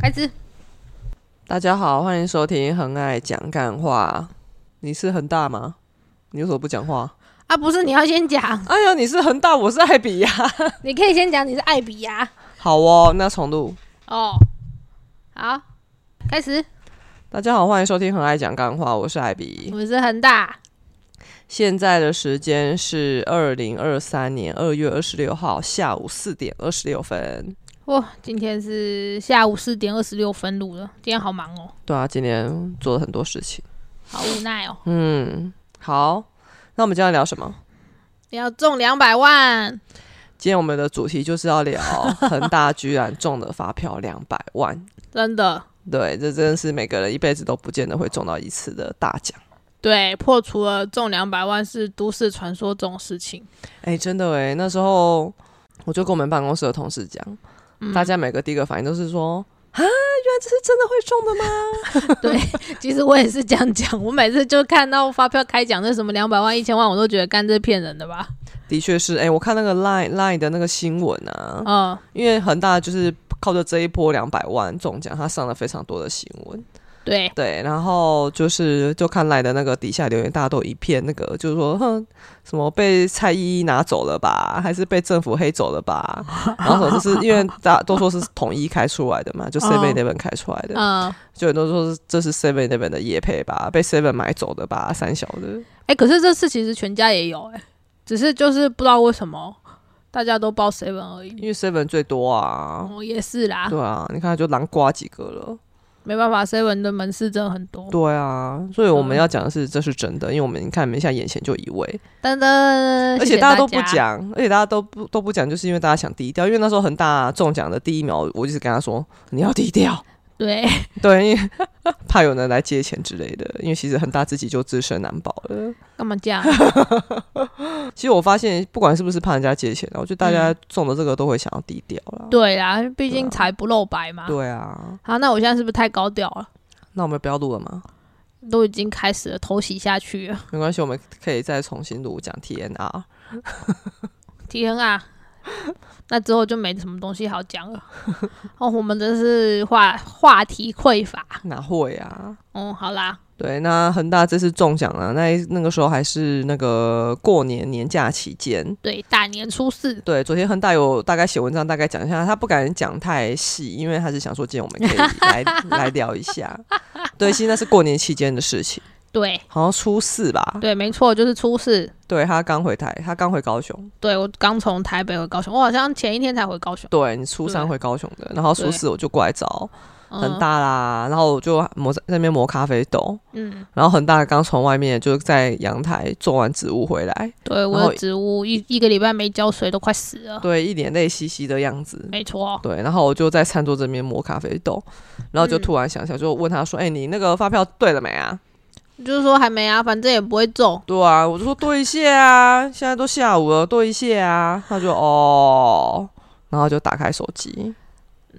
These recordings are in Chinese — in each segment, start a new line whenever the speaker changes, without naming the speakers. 开始。
大家好，欢迎收听《很爱讲干话》。你是恒大吗？你为什么不讲话？
啊，不是，你要先 讲，
哎呦，你是恒大，我是艾比呀。
你可以先讲你是艾比啊呀。
好哦，那重录。
哦，好，开始。
大家好，欢迎收听《很爱讲干话》，我是艾比。
我是恒大，
现在的时间是二零二三年二月二十六号下午四点二十六分。
哇，今天是下午四点二十六分录的，今天好忙哦，
对啊，今天做了很多事情。
好无奈哦。
嗯，好，那我们今天要聊什么？
你要中两百万，
今天我们的主题就是要聊恒大居然中了发票两百万。
真的，
对，这真的是每个人一辈子都不见得会中到一次的大奖。
对，破除了中两百万是都市传说这种事情。
哎，真的哎，那时候我就跟我们办公室的同事讲，
嗯
大家每个第一个反应都是说。啊，原来这是真的会中的吗？
其实我也是这样讲，我每次就看到发票开奖那什么两百万、一千万，我都觉得干这骗人的吧。
的确是，哎、我看那个 Line Line 的那个新闻啊，
嗯，
因为恒大就是靠着这一波两百万中奖，他上了非常多的新闻。
对，
对，然后就是就看来的那个底下留言，大家都一片那个，就是说，哼，什么被蔡依依拿走了吧，还是被政府黑走 了吧？然后就是因为大家都说是统一开出来的嘛，就
哦
Seven Eleven 开出来的，
嗯。
就很多人说是这是 Seven Eleven 的业配吧，被 Seven 买走的吧，三小的。
哎、可是这次其实全家也有哎、只是就是不知道为什么大家都报 seven 而已。
因为 Seven 最多啊，
哦，也是啦，
对啊，你看就狼瓜几个了，
没办法，seven 的门市真的很多。
对啊，所以我
嗯
们要讲的是这是真的，因为我们你看，我们现在眼前就一位，
噔噔，
而
谢
且
谢
大
大
家都不，讲，而且大家都不都不讲，就是因为大家想低调。因为那时候恒大中奖的第一秒，我就是跟他说你要低调，
对，
对，因为 怕有人来借钱之类的。因为其实恒大自己就自身难保了。
干嘛 这样？
其实我发现，不管是不是怕人家借钱啊，我觉得大
嗯
家中的这个都会想要低调啦。
对啦，毕竟财不露白嘛。
啊对啊，
好，那我现在是不是太高调了？
那我们不要录了吗？
都已经开始了偷袭下去了。
没关系，我们可以再重新录讲 TNR。
天啊！那之后就没什么东西好讲了。哦，我们真是话话题匮乏。
哪会啊？
哦、好啦，
对，那恒大这次中奖了、那那个时候还是那个过年年假期间，
对，大年初四，
对，昨天恒大有大概写文章，大概讲一下，他不敢讲太细，因为他是想说今天我们可 以来来聊一下。对，现在是过年期间的事情，
对
好像初四吧。
对，没错，就是初四。
对他刚回台，他刚回高雄。
对我刚从台北回高雄，我好像前一天才回高雄，
对你初三
对
回高雄的，然后初
对
四我就过来找恒
嗯
大啦，然后我就磨在那边磨咖啡豆，
嗯，
然后恒大刚从外面就是在阳台做完植物回来，
对，我
后
的植物一一个礼拜没浇水，都快死了。
对，一脸泪兮兮的样子。
没错，
对，然后我就在餐桌这边磨咖啡豆，然后就
嗯
突然想起来，就问他说：“哎、你那个发票对了没啊
就是说还没啊，反正也不会中？”。
对啊，我就说对一些啊，现在都下午了，对一些啊。他就哦，然后就打开手机，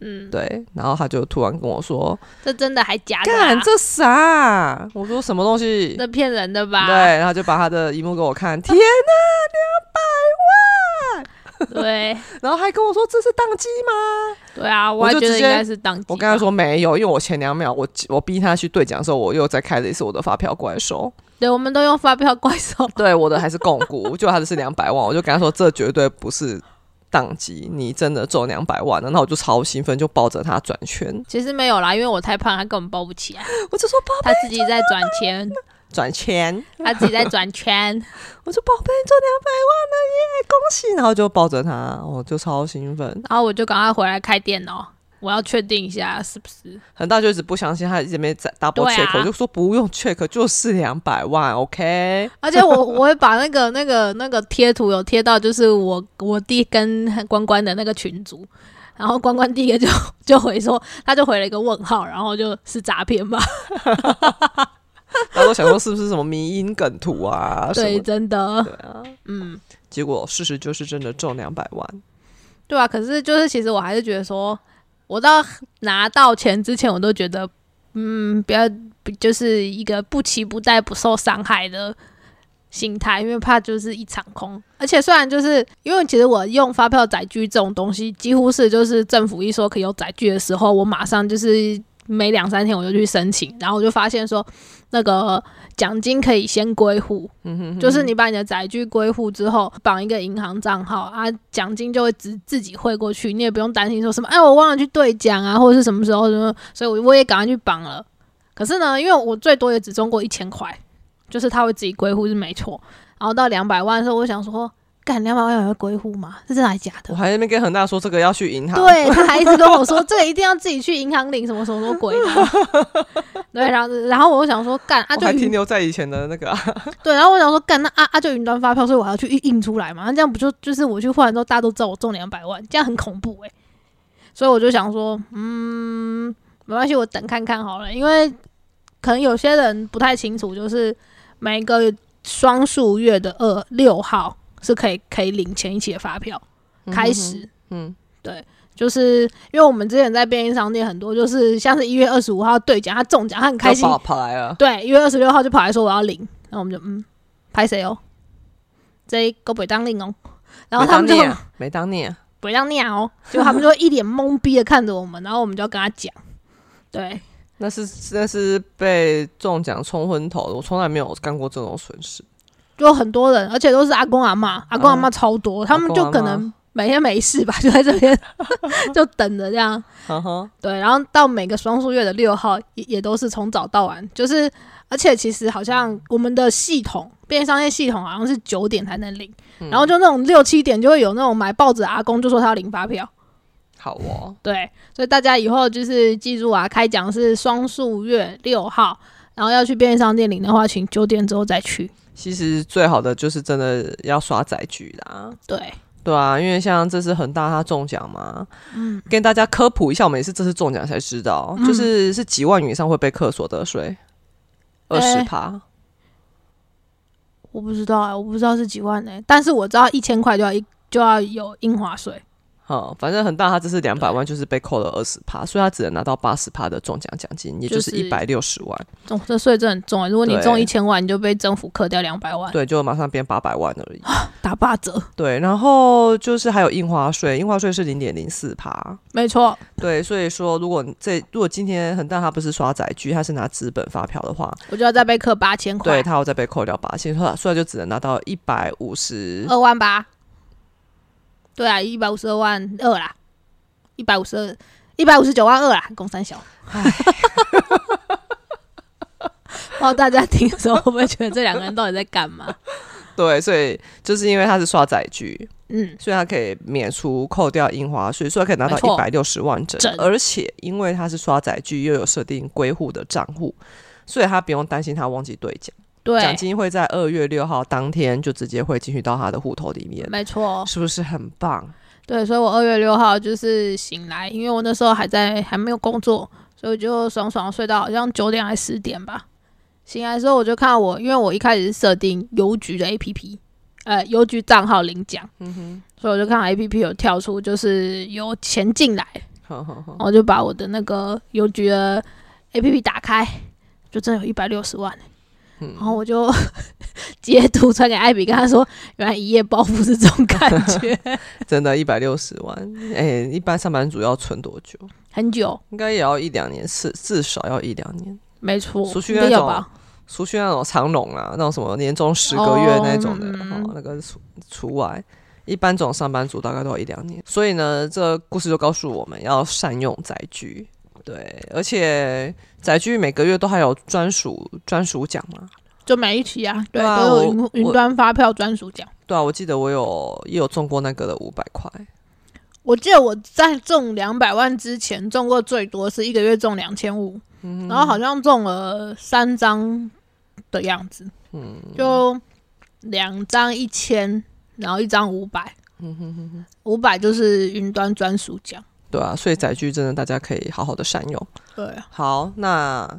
嗯，
对，然后他就突然跟我说
这真的还：“假的、啊
干？这啥啊？”我说：“什么东西？”
这骗人的
对，
吧？
然后就把他的荧幕给我看，天，
对
然后还跟我说这是宕机吗？
对啊，
我
还
就
觉
直
得应
接
该是当机吧。
我跟他说没有，因为我前两秒我我逼他去兑奖的时候，我又再开了一次我的发票过来收，
对，我们都用发票怪兽。
对，我的还是共股，就他的是两百万，我就跟他说这绝对不是宕机，你真的中两百万了，那我就超兴奋，就抱着他转圈，
其实没有啦，因为我太胖，他根本包不起来，
我就说宝
他自己在转圈，
转圈，
他自己在转圈。
我说宝贝中两百万了耶，恭喜，然后就抱着他，我就超兴奋，
然后我就赶快回来开电脑，我要确定一下是不是。
很大就一直不相信，他一直没在 double
对啊
check，、我就说不用 check，就是两百万，OK，
而且我 我会把那个那个那个贴图有贴到，就是我我弟跟关关的那个群组，然后关关第一个就就回说，他就回了一个问号，然后就是诈骗吧？
然后都想说是不是什么迷因梗图啊，什
对，
么的，
真的，
对啊，
嗯，
结果事实就是真的中两百万，
对啊。可是就是其实我还是觉得说，我到拿到钱之前，我都觉得，嗯，不要，不就是一个不期不待、不受伤害的心态，因为怕就是一场空。而且虽然就是因为其实我用发票载具这种东西，几乎是就是政府一说可以有载具的时候，我马上就是每两三天我就去申请，然后我就发现说那个奖金可以先归户，
嗯哼哼
就是你把你的载具归户之后，绑一个银行账号啊，奖金就会自自己汇过去，你也不用担心说什么，哎，我忘了去兑奖啊，或者是什么时候什么，所以我我也赶快去绑了。可是呢，因为我最多也只中过一千块，就是他会自己归户是没错。然后到两百万的时候，我想说，干两百万有要归户吗？这是哪里假的
我？还在那边跟恒大说这个要去银行，
对，他还一直跟我说，这个一定要自己去银行领什么什么什么鬼 的。对，然后然后我就想说，干啊
我
就
还
云
停留在以前的那个、啊，
对，然后我想说，干那啊啊就云端发票，所以我还要去印印出来嘛，那这样不就就是我去换之后，大家都知道我中两百万，这样很恐怖诶、所以我就想说，嗯，没关系，我等看看好了，因为可能有些人不太清楚，就是每个双数月的二六号是可以可以领前一期的发票 开始。
嗯，
就是因为我们之前在便利商店很多，就是像是一月二十五号兑奖，他中奖，他很开
他
心，
跑跑来了，
对，一月二十六号就跑来说我要领，然后我们就嗯，拍谁哦？这个不当领哦。然后他们就
没当念啊没当念啊，
不当念哦，就他们就一脸懵逼的看着我们，然后我们就要跟他讲，对，
那是那是被中奖冲昏头的，我从来没有干过这种损失。
就很多人，而且都是阿公阿妈，阿公阿妈超多，他们
嗯阿公
就
阿
可
嬷
能每天没事吧，就在这边 就等着这样。
嗯哼，
对，然后到每个双数月的六号也也都是从早到晚，就是而且其实好像我们的系统便利商店系统好像是九点才能领，
嗯
然后就那种六七点就会有那种买报纸的阿公就说他要领发票，
好哦，
对，所以大家以后就是记住啊，开奖是双数月六号，然后要去便利商店领的话，请九点之后再去。
其实最好的就是真的要刷载具啦。
对，
对啊，因为像这次恒大他中奖嘛，
嗯，
跟大家科普一下，我们也是这次中奖才知道，
嗯
就是是几万元以上会被课所得税，二十趴。
我不知道啊、我不知道是几万呢、但是我知道一千块就要一就要有印花税。
好、反正恒大他这次两百万就是被扣了二十趴，所以他只能拿到八十趴的中奖奖金，也就是
就是
一百六十万，
哦，这税真的很重欸如果你中
对
一千万，你就被政府扣掉两百万，
对，就马上变八百万而已。
打八折。
对，然后就是还有印花税，印花税是零点零四趴。
没错，
对，所以说如果你这如果今天恒大他不是刷载具，他是拿资本发票的话，
我就要再被扣八千
对
块，
他要再被扣掉八千，所以所以就只能拿到一百五十
二万八。对啊，一百五十二万二啦，一百五十二，一百五十九万二啦，公三小。 不知道大家听的时候会不会觉得这两个人到底在干嘛？
对，所以就是因为他是刷载具，
嗯，
所以他可以免除扣掉印花税，所以他可以拿到
没错
一百六十万整
整。
而且因为他是刷载具，又有设定归户的账户，所以他不用担心他忘记兑奖，奖
对，
金会在二月六号当天就直接会进去到他的户头里面，
没错，
是不是很棒？
对，所以我二月六号就是醒来，因为我那时候还在还没有工作，所以我就爽爽地睡到好像九点还十点吧。醒来之后我就看我，因为我一开始是设定邮局的 APP，呃，邮局账号领奖，
嗯哼，
所以我就看 APP 有跳出，就是有钱进来，
好好好，
我就把我的那个邮局的 APP 打开，就真的有一百六十万、欸。
嗯
然后我就 截图传给艾比，跟他说，原来一夜暴富是这种感觉，
真的，一百六十万，哎、一般上班族要存多久？
很久，
应该也要一两年，至至少要一两年。
没错，
出去
应
那
该有
种
吧？
除去那种长龙啊，那种什么年终十个月那种的，
哦嗯
哦、那个除除外，一般这种上班族大概都要一两年。所以呢，这故事就告诉我们要善用载具，对，而且载具每个月都还有专属专属奖嘛。
就每一期啊，对，
对
都
啊
有
我
云
我
云端发票专属奖。
对啊，我记得我有也有中过那个的五百块，
我记得我在中两百万之前中过最多是一个月中两千五，然后好像中了三张的样子，
嗯，
就两张一千，然后一张五百，嗯五百就是云端专属奖。
对啊，所以载具真的大家可以好好的善用。
对啊，
好，那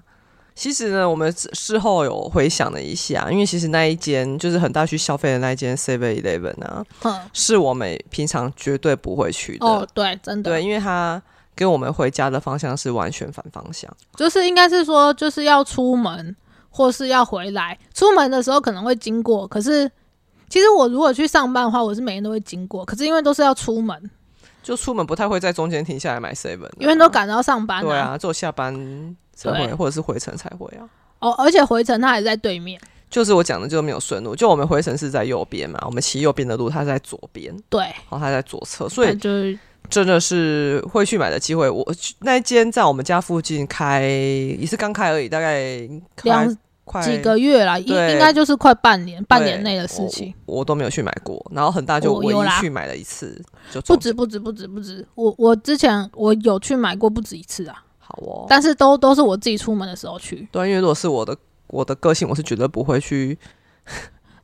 其实呢，我们事事后有回想了一下，因为其实那一间就是很大去消费的那一间 Seven Eleven 啊，
哼，
是我们平常绝对不会去的。
哦，对，真的
对，，因为它跟我们回家的方向是完全反方向。
就是应该是说，就是要出门或是要回来，出门的时候可能会经过。可是其实我如果去上班的话，我是每天都会经过。可是因为都是要出门，
就出门不太会在中间停下来买 seven，、啊
因为都赶着要上班、
对。啊，只有下班才会，
对
或者是回程才会啊。
哦，而且回程他还在对面。
就是我讲的就没有顺路，就我们回程是在右边嘛，我们骑右边的路，它是在左边，
对，
然后它在左侧，所以
那就是
真的是会去买的机会。我那一间在我们家附近开，也是刚开而已，大概开哎
两
快
几个月啦，应
对
应该就是快半年，半年
对
内的事情。
我，我都没有去买过。然后恒大就
我
唯
有啦
一去买了一次，就
不
中
止不止不止不止，我我之前我有去买过不止一次啊，
好哦。
但是都都是我自己出门的时候去。
对，因为如果是我的我的个性，我是绝对不会去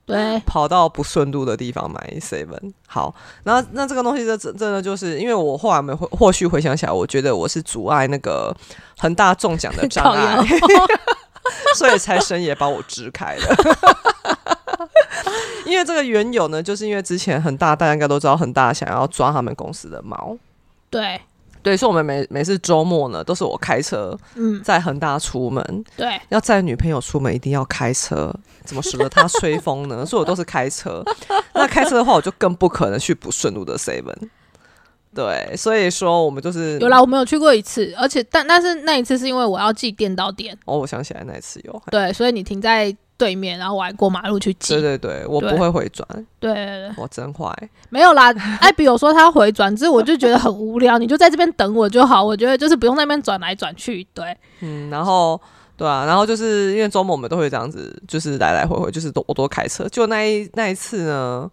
对，
跑到不顺路的地方买 seven。好，那那这个东西这真真的就是，因为我后来没回，或许回想起来，我觉得我是阻碍那个恒大中奖的障
靠腰
碍， 所以才神也把我支开了。 因为这个缘由呢，就是因为之前恒大，大家应该都知道，恒大想要抓他们公司的猫，
对，
对，所以我们每每次周末呢，都是我开车
嗯，
载恒大出门，
对，
要载女朋友出门一定要开车，怎么使得她吹风呢？ 所以我都是开车。那开车的话，我就更不可能去不顺路的 seven。对，所以说我们就是
有啦，我们有去过一次，而且但但是那一次是因为我要寄电到店，
哦，我想起来那一次有，
对，所以你停在对面，然后我还过马路去寄，
对对对，我
对
不会回转，
对对对，
我真坏。
没有啦。艾比有说他要回转，只是我就觉得很无聊，你就在这边等我就好，我觉得就是不用在那边转来转去，对，
嗯，然后对啊，然后就是因为周末我们都会这样子，就是来来回回，就是多我多开车。就那一那一次呢，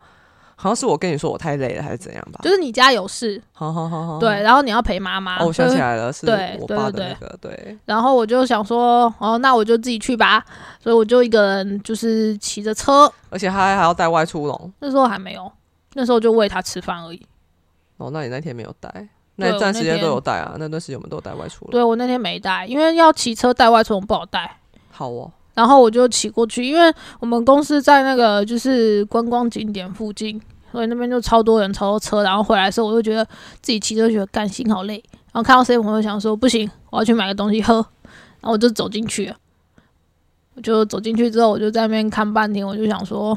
好像是我跟你说我太累了还是怎样吧？
就是你家有事，
好好好好，
对，然后你要陪妈妈，
哦，我想
所
起
以
来了，是
对
我
对
爸
对
的那个对。
然后我就想说，哦，那我就自己去吧，所以我就一个人就是骑着车，
而且他还要带外出笼。
那时候还没有，那时候就喂它吃饭而已。
哦，那你那天没有带，
对
那一
我
段
那
时间都
天
有带啊，那段时间我们都有带外出笼。
对我那天没带，因为要骑车带外出笼不好带，
好哦，
然后我就骑过去，因为我们公司在那个就是观光景点附近，所以那边就超多人、超多车。然后回来的时候，我就觉得自己骑车觉得干心好累，然后看到 C 朋友想说不行，我要去买个东西喝，然后我就走进去了。我就走进去之后，我就在那边看半天，我就想说，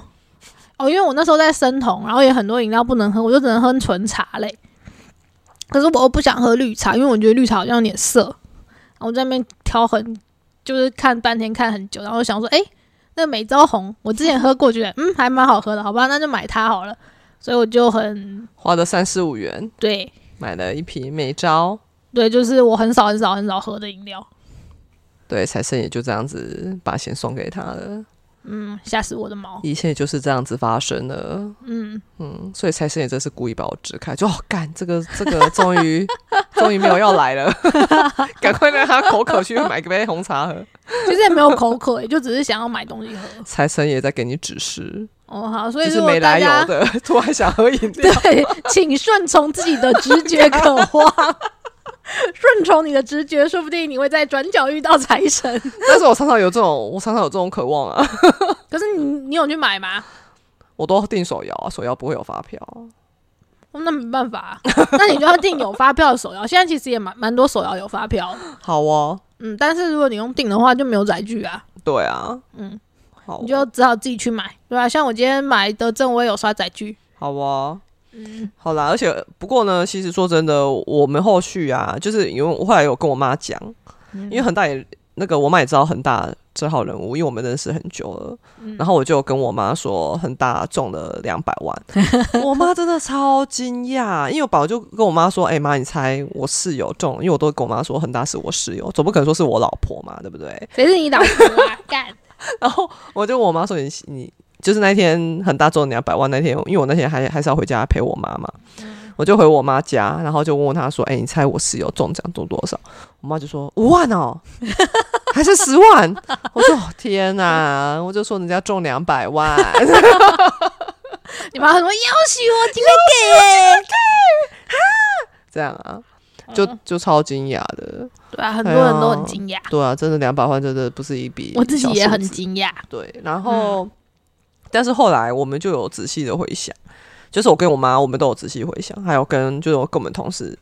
哦，因为我那时候在生酮，然后也很多饮料不能喝，我就只能喝纯茶类。可是我又不想喝绿茶，因为我觉得绿茶好像有点涩。然后我在那边挑很就是看半天看很久，然后想说，诶，那美招红我之前喝过，觉得嗯还蛮好喝的，好吧，那就买它好了。所以我就很
花了三十五元
对
买了一瓶美招，
对，就是我很少很少很少喝的饮料，
对，财神也就这样子把钱送给他了。
嗯，吓死我的毛，
一切就是这样子发生的，
嗯，
嗯，所以财神也真是故意把我支开，就哦，干这个这 个终于终于没有要来了， 赶快让他口渴去买杯红茶喝。
其实也没有口渴，欸也就只是想要买东西喝。
财神也在给你指示，
哦，好，所
就
以
是
如果
没
大
来由
家
的突然想喝饮料，
对，请顺从自己的直觉渴望，顺从你的直觉，说不定你会在转角遇到财神。
但是我常常有这种，我常常有这种渴望啊。
可是你你有去买吗？
我都订手摇啊，手摇不会有发票。啊
哦那没办法啊、那你就要订有发票的手摇。现在其实也蛮蛮多手摇有发票的，
好哦，
嗯，但是如果你用订的话，就没有载具啊，
对啊，
嗯，
好哦，
你就只好自己去买，对吧、像我今天买的正，我也有刷载具，
好哦。
嗯，
好啦，而且不过呢，其实说真的，我们后续啊，就是因为我后来有跟我妈讲，
因
因为恒大也那个我妈也知道恒大这号人物，因为我们认识很久了，
嗯
然后我就跟我妈说恒大中了两百万， 我妈真的超惊讶，因为我本来就跟我妈说，哎、妈，你猜我室友中了，因为我都跟我妈说恒大是我室友，总不可能说是我老婆嘛，对不对？
谁是你老婆啊？ 干，
然后我就问我妈说你你就是那天很大中两百万那天，因为我那天还还是要回家陪我妈嘛，
嗯
我就回我妈家，然后就问问她说，哎、你猜我室友中奖中多少？我妈就说五万 哦，还是十万？我说哦天哪、我就说人家中两百万，
你妈说要死我，今天
这样啊，
给，
就
嗯
就超惊讶的，
对啊，很多人都很惊讶，
对啊，真的两百万真的不是一笔，
我自己也很惊讶，
对，然后、但是后来我们就有仔细的回想，就是我跟我妈，我们都有仔细回想，还有跟就是我跟我们同事，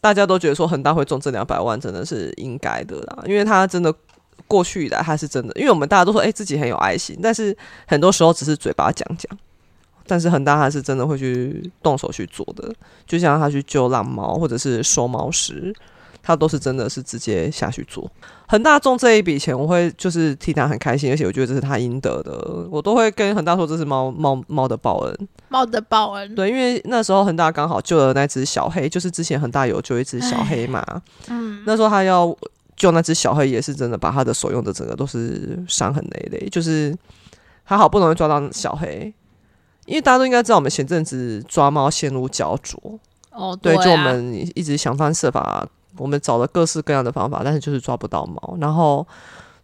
大家都觉得说恒大会中这两百万真的是应该的啦，因为他真的过去以来他是真的，因为我们大家都说哎、自己很有爱心，但是很多时候只是嘴巴讲讲，但是恒大他是真的会去动手去做的，就像他去救浪猫或者是收猫时，他都是真的是直接下去做。恒大中这一笔钱，我会就是替他很开心，而且我觉得这是他应得的，我都会跟恒大说这是猫猫猫的报恩。
猫的报恩，
对，因为那时候恒大刚好救了那只小黑，就是之前恒大有救一只小黑嘛，
嗯，
那时候他要救那只小黑，也是真的把他的手用的整个都是伤痕累累，就是他好不容易抓到小黑。因为大家都应该知道，我们前阵子抓猫陷入焦灼，
哦，
对，
啊、
就我们一直想方设法，我们找了各式各样的方法，但是就是抓不到猫。然后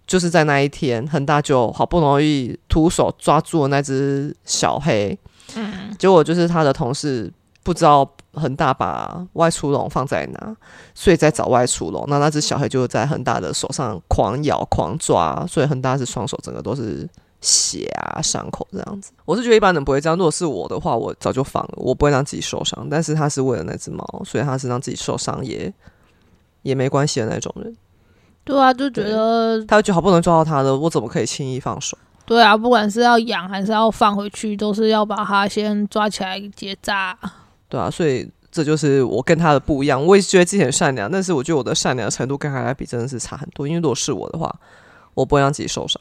就是在那一天，恒大就好不容易徒手抓住了那只小黑，嗯，结果就是他的同事不知道恒大把外出笼放在哪，所以在找外出笼。那那只小黑就在恒大的手上狂咬狂抓，所以恒大是双手整个都是。血啊，伤口这样子，我是觉得一般人不会这样。如果是我的话，我早就放了，我不会让自己受伤。但是他是为了那只猫，所以他是让自己受伤也也没关系的那种人。
对啊，就觉得
他会觉得好不容易抓到他了，我怎么可以轻易放手？
对啊，不管是要养还是要放回去，都是要把它先抓起来结扎。
对啊，所以这就是我跟他的不一样。我也觉得自己很善良，但是我觉得我的善良程度跟他来比真的是差很多。因为如果是我的话，我不会让自己受伤。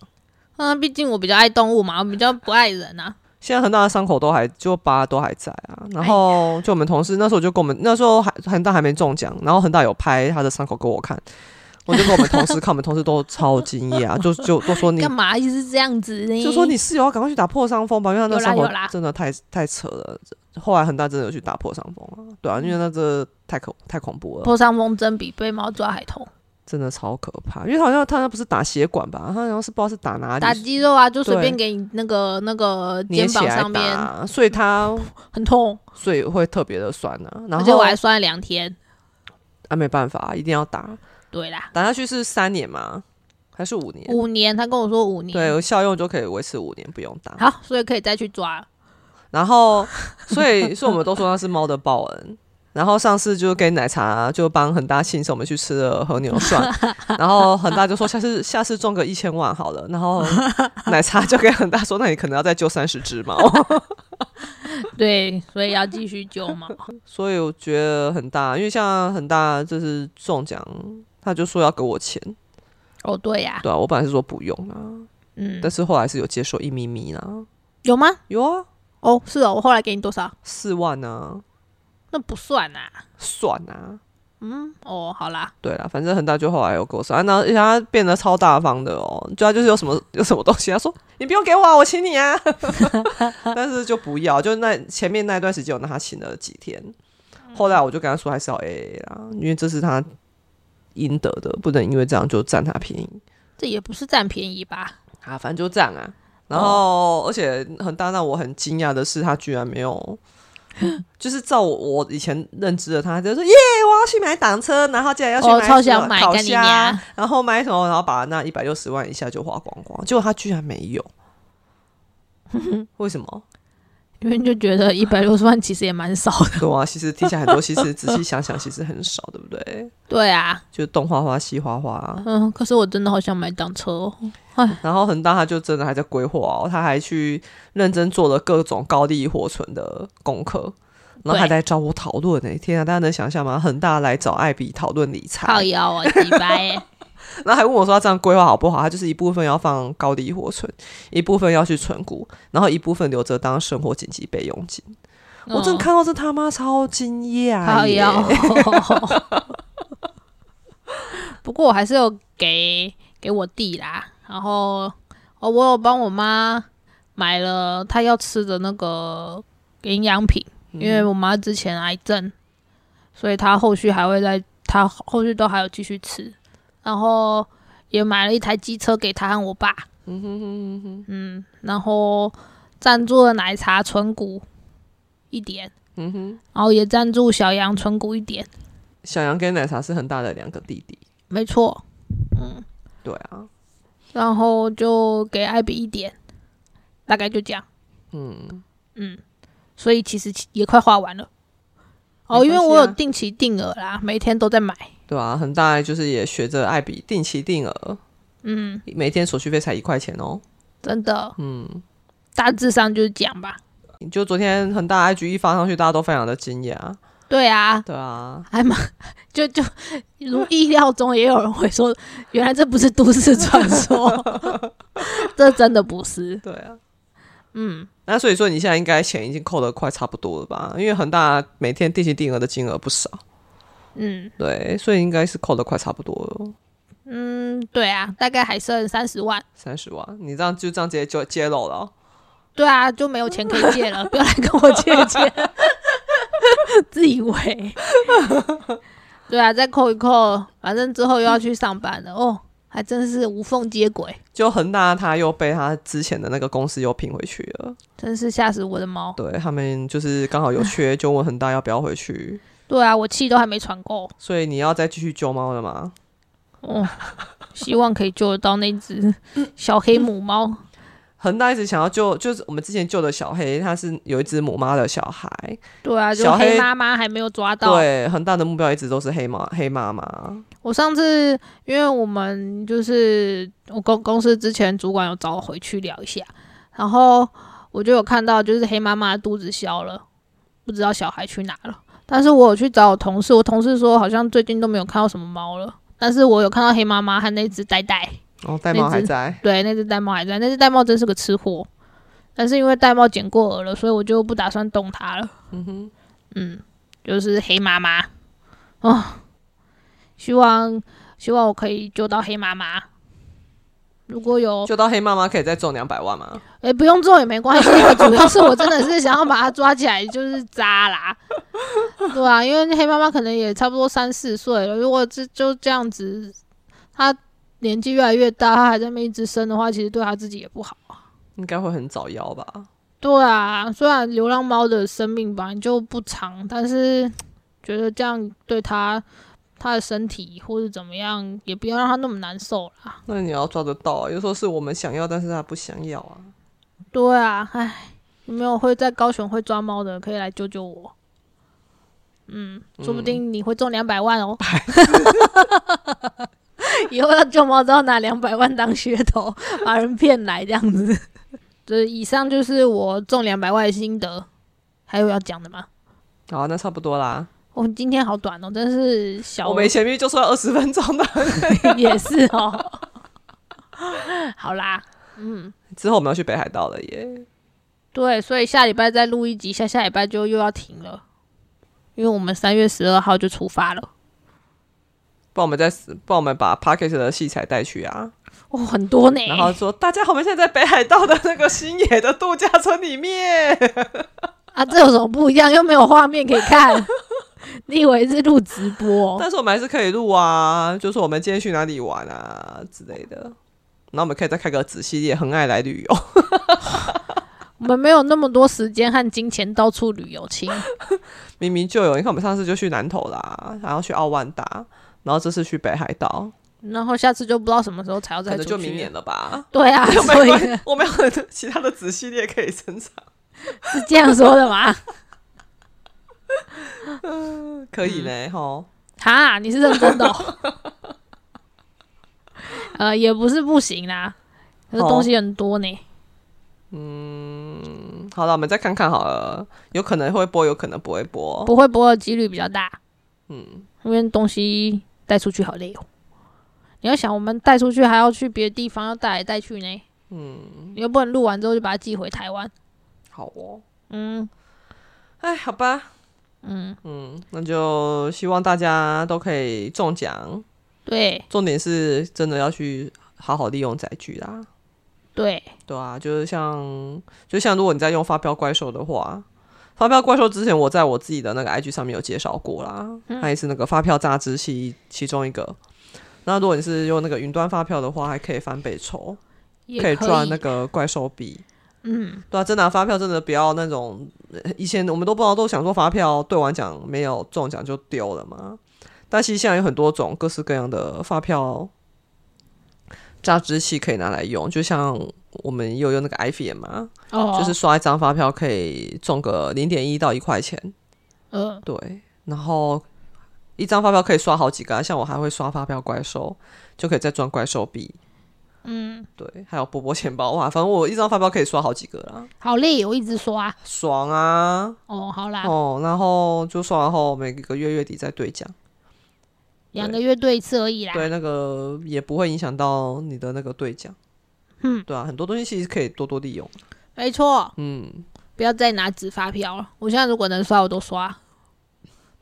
嗯，毕竟我比较爱动物嘛，我比较不爱人啊。
现在恒大的伤口都还就疤都还在啊，然
哎
后就我们同事那时候就跟我们那时候还恒大还没中奖，然后恒大有拍他的伤口给我看，我就跟我们同事看，我们同事都超惊讶， 就就都说你
干嘛一直这样子呢？
就说你室友要赶快去打破伤风吧，因为他那伤
有
口
啦有啦
真的太太扯了。后来恒大真的有去打破伤风啊，对啊，因为那这太可太恐怖了，
破伤风针比被猫抓还痛，
啊真的超可怕。因为好像他那不是打血管吧，他好像是不知道是打哪里
打肌肉啊，就随
对
便给你那个那个
捏
肩
起
膀
来
上面
打，所以他
很痛，
所以会特别的酸啊。然
而且
后
我还酸了两天。
啊没办法，一定要打。
对啦，
打下去是三年吗？还是五年？
五年，他跟我说五年，
对，有效用就可以维持五年，不用打。
好，所以可以再去抓。
然后，所以， 所以我们都说那是猫的报恩。然后上次就给奶茶就帮恒大庆生，我们去吃了和牛 涮，然后恒大就说下次下次中个一千万好了，然后奶茶就给恒大说，那你可能要再救三十只猫。
对，所以要继续救猫。
所以我觉得很大，因为像恒大就是中奖，他就说要给我钱，
哦，对呀、
对啊，我本来是说不用啊，
嗯，
但是后来是有接受一咪咪啦，
有吗？
有啊，
哦，是哦，我后来给你多少？
四万啊，
那不算啊。
算啊，
嗯，哦，好啦，
对啦，反正恒大就后来有给我算，啊然后而且他变得超大方的哦，就他就是有什么有什么东西，他说你不用给我啊，我请你啊， 但是就不要，就那前面那一段时间我让他请了几天，后来我就跟他说还是要 AA 啦，因为这是他应得的，不能因为这样就占他便宜
这也不是占便宜吧？
啊，反正就这样啊。然后，
哦
而且恒大让我很惊讶的是，他居然没有， 就是照我我以前认知的他，他就说耶，我要去买挡车，然后竟然要去
哦
买
超
什
想
么
买
烤
干你
虾
娘，
然后买什么，然后把那一百六十万一下就花光光，结果他居然没 有，为什么？
因为就觉得一百六十万其实也蛮少的。
对啊，其实听起来很多，其实仔细想想，其实很少，对不对？
对啊，
就东花花西花啊花，
嗯，可是我真的好想买挡车哦。
然后恒大他就真的还在规划哦，他还去认真做了各种高利活存的功课，然后还
对
来找我讨论呢。天啊，大家能想象吗？恒大来找艾比讨论理
靠
财，
腰啊，几百耶！
然后还问我说他这样规划好不好？他就是一部分要放高利活存，一部分要去存股，然后一部分留着当生活紧急备用金。我真的
嗯
看到这他妈超惊讶
靠
耶！
腰。 不过我还是有给给我弟啦，然后哦，我有帮我妈买了她要吃的那个营养品，因为我妈之前癌症，所以她后续还会在她后续都还有继续吃，然后也买了一台机车给她和我爸，
嗯哼哼哼哼
嗯，然后赞助了奶茶纯谷一点，
嗯哼，
然后也赞助小羊纯谷一点，
小杨跟奶茶是恒大的两个弟弟，
没错，嗯，
对啊，
然后就给艾比一点，大概就这样，
嗯，
嗯，所以其实也快花完了。哦，
没关
因为
系
我有
啊
定期定额啦，每天都在买。
对啊，恒大就是也学着艾比定期定额。
嗯，
每天手续费才一块钱哦。
真的，
嗯，
大致上就是讲吧。
就昨天恒大 IG 一发上去，大家都非常的惊讶。
对啊，
对啊，
还蛮就就 如意料中，也有人会说，原来这不是都市传 说，这真的不是。
对啊。
嗯，
那所以说，你现在应该钱已经扣的快差不多了吧？因为恒大每天定期定额的金额不少，
嗯
对，所以应该是扣的快差不多了，
嗯，对啊，大概还剩三十万。
三十万。你这样就这样直接就揭露了哦、
对啊，就没有钱可以借了，不要来跟我借钱， 自以为。对啊，再扣一扣，反正之后又要去上班了哦，还真是无缝接轨，
就恒大他又被他之前的那个公司又拼回去了，
真是吓死我的猫。
对他们就是刚好有缺，就问恒大要不要回去，
对啊，我气都还没喘够，
所以你要再继续救猫了吗？
哦，希望可以救得到那只小黑母猫。
恒大一直想要救，就是我们之前救的小黑，它是有一只母妈的小孩，
对啊，就
小黑
黑妈妈还没有抓到。
对，恒大的目标一直都是黑妈黑妈妈，
我上次因为我们就是我公公司之前主管有找我回去聊一下，然后我就有看到就是黑妈妈的肚子消了，不知道小孩去哪了。但是我有去找我同事，我同事说好像最近都没有看到什么猫了，但是我有看到黑妈妈和那只呆呆，
然后哦戴猫
那只
还在，
对，那只呆猫还在，那只呆猫真是个吃货。但是因为呆猫剪过耳了，所以我就不打算动它了。
嗯哼，
嗯，就是黑妈妈哦，希望希望我可以救到黑妈妈。如果有
救到黑妈妈可以再中两百万吗？
诶，不用做也没关系，因为主要是我真的是想要把它抓起来，就是扎啦，对啊，因为黑妈妈可能也差不多三四岁了，如果这就这样子，她年纪越来越大，她还在那边一直生的话，其实对她自己也不好。
应该会很早夭吧？
对啊，虽然流浪猫的生命本来就不长，但是觉得这样对它它的身体或者怎么样，也不要让它那么难受啦。
那你要抓得到、啊，有时候是我们想要，但是他不想要啊。
对啊，唉，有没有会在高雄会抓猫的，可以来救救我。嗯，说不定你会中两百万哦。 以后要救猫都要拿两百万当噱头，把人骗来这样子。 这以上就是我中两百万的心得，还有要讲的吗？
好，啊那差不多啦。
我、们今天好短哦，真是小
我们前面就说二十分钟的，
也是哦。好啦，嗯，
之后我们要去北海道了耶。
对，所以下礼拜再录一集，下下礼拜就又要停了，因为我们三月十二号就出发了。
不然我们再，不然我们把 p a c k e t 的器材带去啊，
哦，很多呢。
然后说大家好，我们现在在北海道的那个新野的度假村里面，
啊，这有什么不一样？又没有画面可以看， 你以为是录直播？哦
但是我们还是可以录啊，就说我们今天去哪里玩啊之类的。那我们可以再开个子系列，很爱来旅游。
我们没有那么多时间和金钱到处旅游，亲。
明明就有，你看我们上次就去南投啦，然后去奥万达，然后这次去北海道，
然后下次就不知道什么时候才要再
可
出
能
去。
就明年。了吧。
对 啊，
没
所以
关我们有很多其他的子系列可以生 产，
是这样说的嘛？
可以呢，吼、
哈，你是认真的、哦？ 呃，也不是不行啦，可是
哦
东西很多呢。
嗯好了，我们再看看好了，有可能会播，有可能不会播。
不会播的几率比较大，
哦嗯，
因为东西带出去好累哦。你要想，我们带出去还要去别的地方，要带来带去呢。嗯，你又不能录完之后就把它寄回台湾。
好哦。
嗯，
哎，好吧，
嗯
嗯，那就希望大家都可以中奖。
对
重点是真的要去好好利用载具啦，
对，
对啊，就是像就像如果你在用发票怪兽的话，发票怪兽之前我在我自己的那个 IG 上面有介绍过啦，它也是那个发票榨汁器其中一个。那如果你是用那个云端发票的话，还可以翻倍抽，
也
可以
以
赚那个怪兽币。
嗯，
对啊，真的啊、发票真的不要那种，呃以前我们都不知道都想说发票兑完奖没有中奖就丢了嘛。但其实现在有很多种各式各样的发票榨汁器可以拿来用，就像我们有用那个 iPhone 嘛，
哦，
就是刷一张发票可以中个零点一到一块钱，
呃，
对，然后一张发票可以刷好几个啊、像我还会刷发票怪兽，就可以再赚怪兽币。
嗯，
对，还有波波钱包哇，反正我一张发票可以刷好几个啦，
好累，哦我一直刷。
爽啊！
哦，好啦，
哦，然后就刷完后每个月月底再兑奖，
两个月对啊一次而已啦。
对，那个也不会影响到你的那个兑奖。
嗯，
对啊，很多东西其实可以多多利用。
没错，
嗯，
不要再拿纸发票了。我现在如果能刷，我都刷，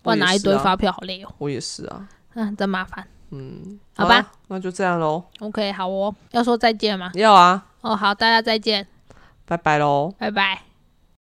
不
我
然
也
拿一
是
堆
啊
发票好累哦，
我也是啊。
嗯，真麻烦。
嗯，
好吧
啊，那就这样喽。
OK，好哦，要说再见吗？
要啊，
哦，好，大家再见，
拜拜喽。
拜拜。